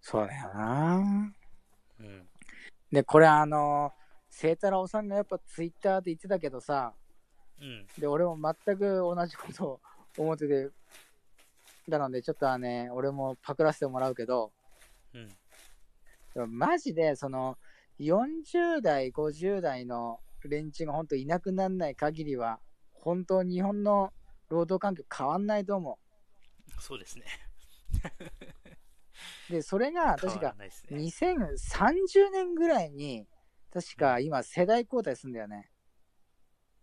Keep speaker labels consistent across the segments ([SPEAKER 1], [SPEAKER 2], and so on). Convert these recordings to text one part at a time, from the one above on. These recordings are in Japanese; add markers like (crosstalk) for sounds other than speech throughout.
[SPEAKER 1] そうだよな。
[SPEAKER 2] うん。
[SPEAKER 1] で、これあの、清太郎さんがやっぱツイッターで言ってたけどさ、
[SPEAKER 2] うん。
[SPEAKER 1] で、俺も全く同じことを思ってて、なので、ちょっとはね、俺もパクらせてもらうけど、
[SPEAKER 2] うん。
[SPEAKER 1] でもマジで、その、40代、50代の連中が本当いなくならない限りは、本当日本の労働環境変わんないと思
[SPEAKER 2] そうですね。
[SPEAKER 1] う。で、それが、確
[SPEAKER 2] 変わら
[SPEAKER 1] か、
[SPEAKER 2] ないですね。
[SPEAKER 1] 2030年ぐらいに、確か今世代交代するんだよね。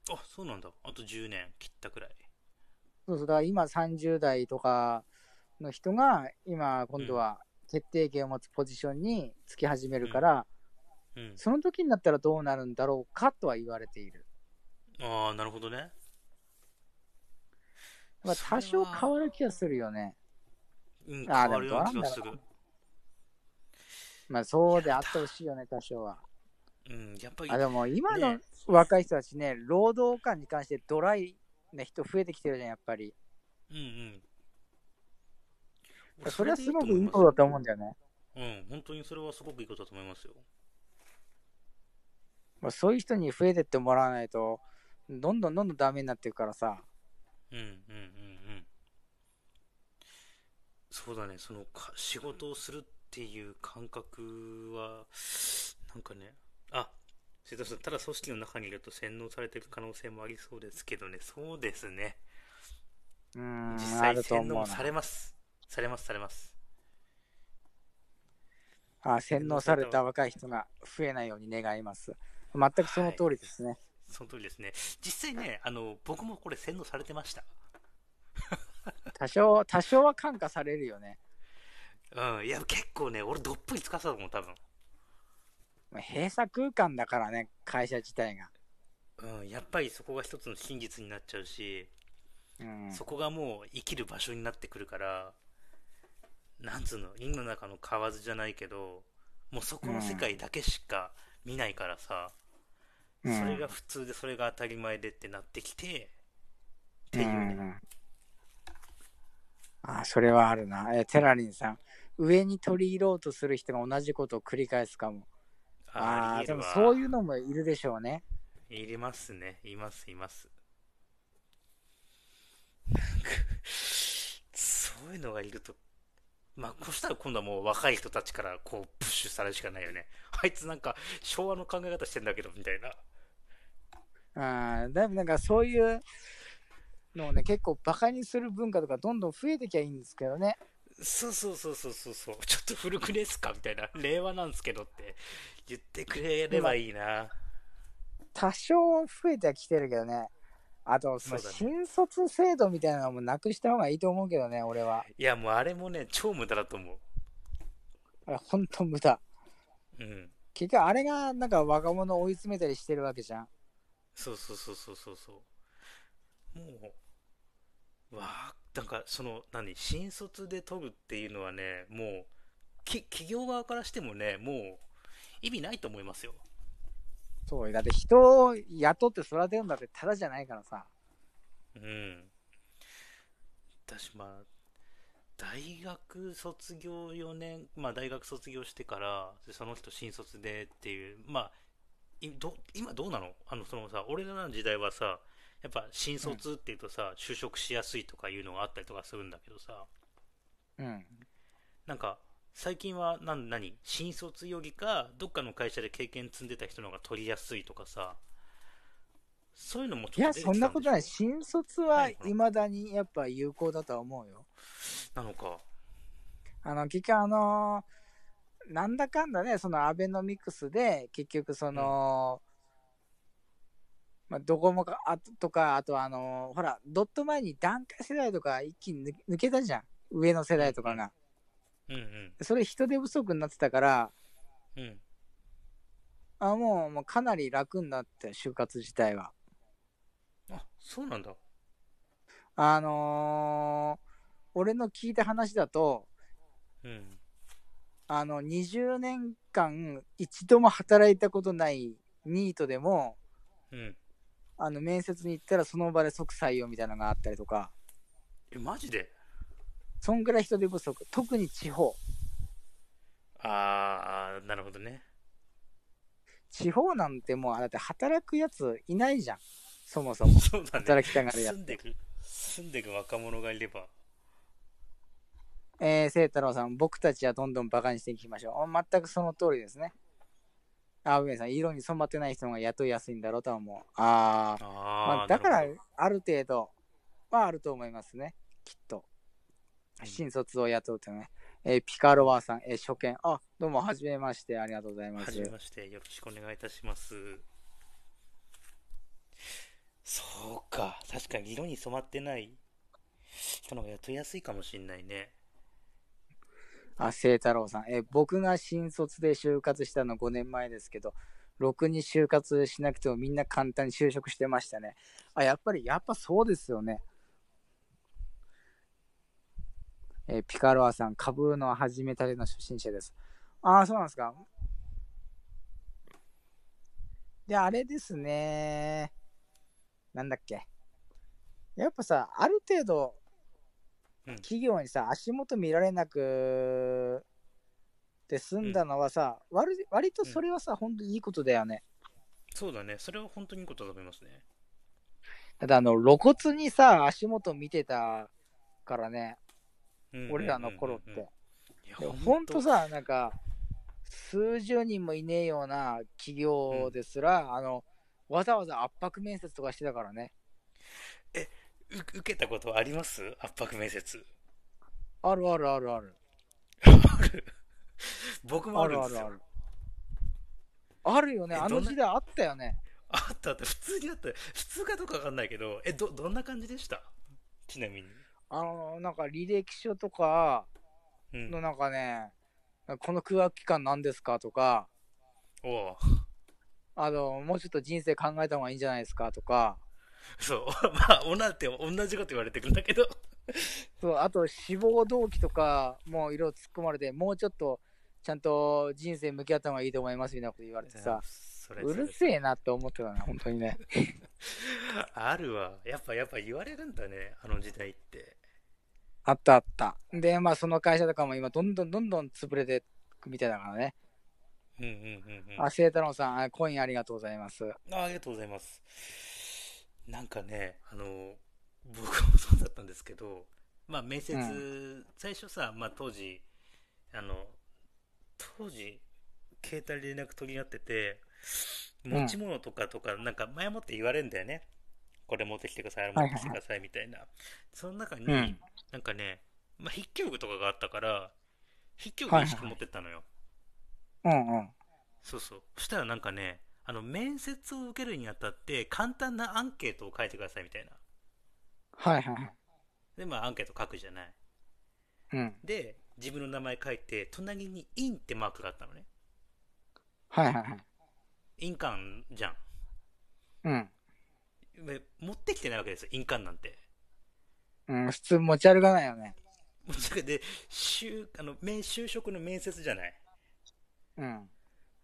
[SPEAKER 2] あ、そうなんだ。あと10年切ったくらい。
[SPEAKER 1] そうそう、だから今30代とかの人が、今今度は決定権を持つポジションにつき始めるから、
[SPEAKER 2] うん。
[SPEAKER 1] その時になったらどうなるんだろうかとは言われている。
[SPEAKER 2] ああ、なるほどね。
[SPEAKER 1] まあ、
[SPEAKER 2] それ
[SPEAKER 1] 多
[SPEAKER 2] は
[SPEAKER 1] 少変わる気がするよね。
[SPEAKER 2] うん、変
[SPEAKER 1] あー
[SPEAKER 2] わるような気
[SPEAKER 1] でもどうな
[SPEAKER 2] が
[SPEAKER 1] ん
[SPEAKER 2] す
[SPEAKER 1] だろ
[SPEAKER 2] る。
[SPEAKER 1] まあ、そうであってほしいよね、多少は。
[SPEAKER 2] うん、やっぱり
[SPEAKER 1] あ、でも今の
[SPEAKER 2] ね
[SPEAKER 1] 若い人たちね、労働感に関してドライな人増えてきてるじゃん、やっぱり。
[SPEAKER 2] うんうん。
[SPEAKER 1] それはすごく
[SPEAKER 2] で
[SPEAKER 1] いい
[SPEAKER 2] ます
[SPEAKER 1] ことだと思うんだよね。
[SPEAKER 2] うん、本当にそれはすごくいいことだと思いますよ。
[SPEAKER 1] まあ、そういう人に増えてってもらわないと、どんどんどんどんダメになっていくからさ。
[SPEAKER 2] うんうんうんうん。そうだね、そのか仕事をするっていう感覚は、なんかね、あ、瀬戸さん、ただ組織の中にいると洗脳されてる可能性もありそうですけどね、そうですね。
[SPEAKER 1] うーん、
[SPEAKER 2] 実
[SPEAKER 1] あ
[SPEAKER 2] 際
[SPEAKER 1] ると
[SPEAKER 2] 洗
[SPEAKER 1] 思う
[SPEAKER 2] 脳
[SPEAKER 1] な
[SPEAKER 2] されます。されます、されます。
[SPEAKER 1] あ洗脳された若い人が増えないように願います。全くその通りですね。
[SPEAKER 2] その通りですね。実際ね、あの、僕もこれ洗脳されてました。
[SPEAKER 1] 多少、多少は感化されるよね。
[SPEAKER 2] うん、いや、結構ね、俺どっぷり使ってたと思う、多分。
[SPEAKER 1] まあ閉鎖空間だからね、会社自体が。
[SPEAKER 2] うん、やっぱりそこが一つの真実になっちゃうし、
[SPEAKER 1] うん、
[SPEAKER 2] そこがもう生きる場所になってくるから、なんつうの、輪の中の蛙じゃないけど、もうそこの世界だけしか見ないからさ、
[SPEAKER 1] うん
[SPEAKER 2] それが普通でそれが当たり前でってなってきて、って
[SPEAKER 1] う
[SPEAKER 2] いうね。。
[SPEAKER 1] んあそれはあるな。え、テラリンさん、上に取り入ろうとする人が同じことを繰り返すかも。ああー、でもそういううのもいるでしょうね。
[SPEAKER 2] いりますね。います、います。そういうのがいると、まあ、こうしたら今度はもう若い人たちからこうプッシュされるしかないよね。あいつなんか昭和の考え方してんだけど、みたいな。
[SPEAKER 1] うん、だいぶなんかそういうのをね、結構バカにする文化とかどんどん増えてきゃいいんですけどね。
[SPEAKER 2] そうそうそうそうそうそう。ちょっと古くねえっすかみたいな。令和なんですけどって言ってくれればいいな。
[SPEAKER 1] 多少増えてはきてるけどね。あと、その
[SPEAKER 2] そうだね
[SPEAKER 1] 新卒制度みたいなのもなくした方がいいと思うけどね、俺は。
[SPEAKER 2] いや、もうあれもね、超無駄だと思
[SPEAKER 1] あれ、ほんと無駄。
[SPEAKER 2] う。うん。
[SPEAKER 1] 結局あれがなんか若者を追い詰めたりしてるわけじゃん。
[SPEAKER 2] そうそうそうそうそうそう。もう、わあ、なんかその、何、新卒で取るっていうのはね、もう、き、企業側からしてもね、もう、意味ないと思いますよ。
[SPEAKER 1] そう、だって人を雇って育てるんだってただじゃないからさ。
[SPEAKER 2] うん。私、まあ、大学卒業4年、まあ大学卒業してから、でその人新卒でっていう、まあ、いど今どうなのあの、そのさ、俺らの時代はさ、やっぱ新卒っていうとさ、就職しやすいとかいうのがあったりとかするんだけどさ、
[SPEAKER 1] うん。
[SPEAKER 2] なんか、最近は何、何新卒よりか、どっかの会社で経験積んでた人の方が取りやすいとかさ、そういうのも
[SPEAKER 1] い
[SPEAKER 2] ちょっ
[SPEAKER 1] や、
[SPEAKER 2] と出てき
[SPEAKER 1] そん
[SPEAKER 2] た
[SPEAKER 1] なん
[SPEAKER 2] で
[SPEAKER 1] こ
[SPEAKER 2] し
[SPEAKER 1] とない。
[SPEAKER 2] ょ
[SPEAKER 1] 新卒は
[SPEAKER 2] ないの
[SPEAKER 1] 未だにやっぱ有効だとは思うよ。
[SPEAKER 2] なのか。
[SPEAKER 1] あの、結局あのーなんだかんだね、そのアベノミクスで、結局その、まあ、ドコモかあとか、あとあのーほら、ドット前に段階世代とか一気に抜抜けたじゃん。上の世代とかが。
[SPEAKER 2] うんうん。
[SPEAKER 1] それ人手不足になってたから、
[SPEAKER 2] うん。
[SPEAKER 1] あもうもうかなり楽になって就活自体は
[SPEAKER 2] あ、そうなんだ。
[SPEAKER 1] あのー俺の聞いた話だと
[SPEAKER 2] うん。
[SPEAKER 1] あの20年間一度も働いたことないニートでも
[SPEAKER 2] うん。
[SPEAKER 1] あの面接に行ったらその場で即採用みたいなのがあったりとか
[SPEAKER 2] え、マジで
[SPEAKER 1] そんぐらい人手不足特に地方
[SPEAKER 2] ああ、なるほど (laughs) ね。
[SPEAKER 1] 地方なんてもう、あだって働くやついないじゃん。そもそも。
[SPEAKER 2] そうだね。
[SPEAKER 1] 働きたがるや
[SPEAKER 2] 住
[SPEAKER 1] つ。
[SPEAKER 2] んでく、住んでく若者がいれば。
[SPEAKER 1] えー、清太郎さん、僕たちはどんどんバカにしていきましょう。全くその通りですね。あ、梅さん、色に染まってない人の方が雇いやすいんだろうとは思う。あー、
[SPEAKER 2] ああ、
[SPEAKER 1] まあ、だから
[SPEAKER 2] なるほど、
[SPEAKER 1] ある程度はあると思いますね。きっと。
[SPEAKER 2] うん
[SPEAKER 1] 新卒を雇うというのはね。えーピカロワさん、えー初見。あ、どうも、はじめまして。ありがとうございま
[SPEAKER 2] は
[SPEAKER 1] す
[SPEAKER 2] じ。めまして、よろしくお願いいたします。そうか、確かに色に染まってない人の方が雇いやすいかもしんないね。
[SPEAKER 1] あ、清太郎さん。えー僕が新卒で就活したの5年前ですけど、ろくに就活しなくてもみんな簡単に就職してましたね。あ、やっぱり、やっぱそうですよね。えーピカロアさん、株の始めたての初心者です。ああ、そうなんですか。で、あれですね。なんだっけ。やっぱさ、ある程度
[SPEAKER 2] うん、
[SPEAKER 1] 企業にさ、足元見られなくて済んだのはさ、割割とそれはさ、本当にいいことだよね。
[SPEAKER 2] そうだね、それは本当にいいことだと思いますね。
[SPEAKER 1] ただ、あの、露骨にさ、足元見てたからね、
[SPEAKER 2] うんうんうんうん
[SPEAKER 1] 俺らの頃って。
[SPEAKER 2] いや
[SPEAKER 1] でも
[SPEAKER 2] ほ
[SPEAKER 1] ほ
[SPEAKER 2] ん
[SPEAKER 1] ん
[SPEAKER 2] と
[SPEAKER 1] とさ、なんか、数十人もいねえような企業ですら、あの、わざわざ圧迫面接とかしてたからね。
[SPEAKER 2] う受けたことあります圧迫面接。
[SPEAKER 1] あるあるあるある。
[SPEAKER 2] (laughs) 僕も
[SPEAKER 1] あ
[SPEAKER 2] ある
[SPEAKER 1] る
[SPEAKER 2] ん
[SPEAKER 1] あ
[SPEAKER 2] で
[SPEAKER 1] る
[SPEAKER 2] す
[SPEAKER 1] あ
[SPEAKER 2] よ
[SPEAKER 1] る。。あるよね、
[SPEAKER 2] え
[SPEAKER 1] あ
[SPEAKER 2] ど
[SPEAKER 1] の
[SPEAKER 2] んな
[SPEAKER 1] 時代あったよね。
[SPEAKER 2] あったあった、普通にあった。普通かどうかわかんないけど、え、ど、どんな感じでしたちなみに。
[SPEAKER 1] あの、なんか履歴書とか
[SPEAKER 2] うん。
[SPEAKER 1] のなんかね、この空白期間何ですかとか、
[SPEAKER 2] おう
[SPEAKER 1] あの、もうちょっと人生考えた方がいいんじゃないですかとか、
[SPEAKER 2] そう。 (laughs) まあ、女って同じこと言われてくんだけど。
[SPEAKER 1] そうあと志望動機とかもいろいろ突っ込まれてもうちょっとちゃんと人生向き合った方がいいと思いますみたいなこと言われてさ
[SPEAKER 2] うん、それ
[SPEAKER 1] うるせえなって思ってたね本当にね
[SPEAKER 2] あるわ。やっぱ、やっぱ言われるんだね、あの時代って。
[SPEAKER 1] あったあったでまあその会社とかも今どんどんどんどん潰れてくみたいだからね、
[SPEAKER 2] うんうんうんうん。
[SPEAKER 1] あ清太郎さんあコインありがとうございます
[SPEAKER 2] あありがとうございます。なんかね、あの、僕もそうだったんですけど、まあ面接、
[SPEAKER 1] う
[SPEAKER 2] 最初さ、まあ当時、あの、当時、携帯で連絡取り合ってて、
[SPEAKER 1] ん
[SPEAKER 2] 持ち物とかとか、なんか前もって言われるんだよね。これ持ってきてください、あれ持
[SPEAKER 1] はい
[SPEAKER 2] っ
[SPEAKER 1] はい
[SPEAKER 2] て
[SPEAKER 1] はい
[SPEAKER 2] きてください、みたいな。その中に、
[SPEAKER 1] うん
[SPEAKER 2] なんかね、まあ筆記用具とかがあったから、筆記用具
[SPEAKER 1] はい
[SPEAKER 2] 意
[SPEAKER 1] はいはい
[SPEAKER 2] 識持ってったのよ。
[SPEAKER 1] うんうん
[SPEAKER 2] そうそう。そしたらなんかね、あの、面接を受けるにあたって、簡単なアンケートを書いてくださいみたいな。
[SPEAKER 1] はいはいはい
[SPEAKER 2] で、まあ、アンケート書くじゃない。
[SPEAKER 1] うん
[SPEAKER 2] で、自分の名前書いて、隣にインってマークがあったのね。
[SPEAKER 1] はいはいはい
[SPEAKER 2] 印鑑じゃん。
[SPEAKER 1] うん
[SPEAKER 2] で持ってきてないわけですよ、印鑑なんて。 (laughs)
[SPEAKER 1] うん、普通持ち歩かないよね。
[SPEAKER 2] もうそれで、就、あの、面就職の面接じゃない。
[SPEAKER 1] うん。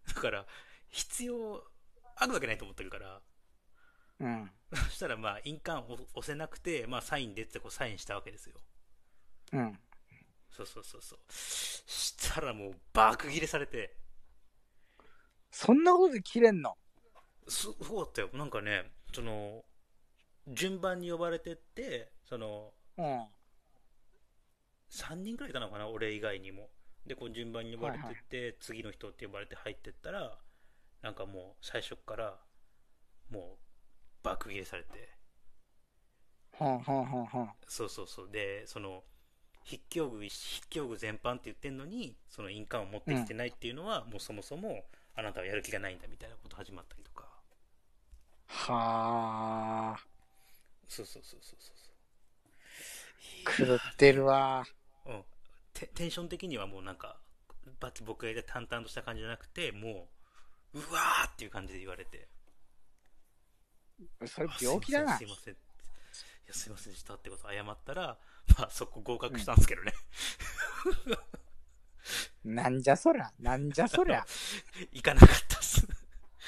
[SPEAKER 2] だから、必要、あるわけないと思ってるから。
[SPEAKER 1] うん。
[SPEAKER 2] そしたら、まあ、印鑑を押せなくて、まあ、サインでってこうサインしたわけですよ。
[SPEAKER 1] うん。
[SPEAKER 2] そうそうそうそう。したらもう、バーク切れされて。
[SPEAKER 1] そんなことで切れんの
[SPEAKER 2] すごかったよなんかねその順番に呼ばれてってその
[SPEAKER 1] うん。
[SPEAKER 2] 3人くらいいたのかな俺以外にもでこう順番に呼ばれてって、次の人って呼ばれて入ってったらなんかもう最初っからもう爆切れされて
[SPEAKER 1] ほんほんほんほん。
[SPEAKER 2] そうそうそうでその筆記用具筆記用具全般って言ってんのにその印鑑を持ってきてないっていうのは、もうそもそもあなたはやる気がないんだみたいなこと始まったりとか
[SPEAKER 1] はあ、
[SPEAKER 2] そうそうそうそうそうそう
[SPEAKER 1] 狂ってるわ。
[SPEAKER 2] うん、テテンション的にはもうなんかバツ僕が言った淡々とした感じじゃなくてもううわーっていう感じで言われて
[SPEAKER 1] それ病気だ
[SPEAKER 2] あ
[SPEAKER 1] な
[SPEAKER 2] すい。ませんすいませんいやすいませんでしたってことを謝ったらまあそこ合格したんですけどね、
[SPEAKER 1] なんじゃそりゃ、なんじゃそりゃ。
[SPEAKER 2] (laughs) 行かなかった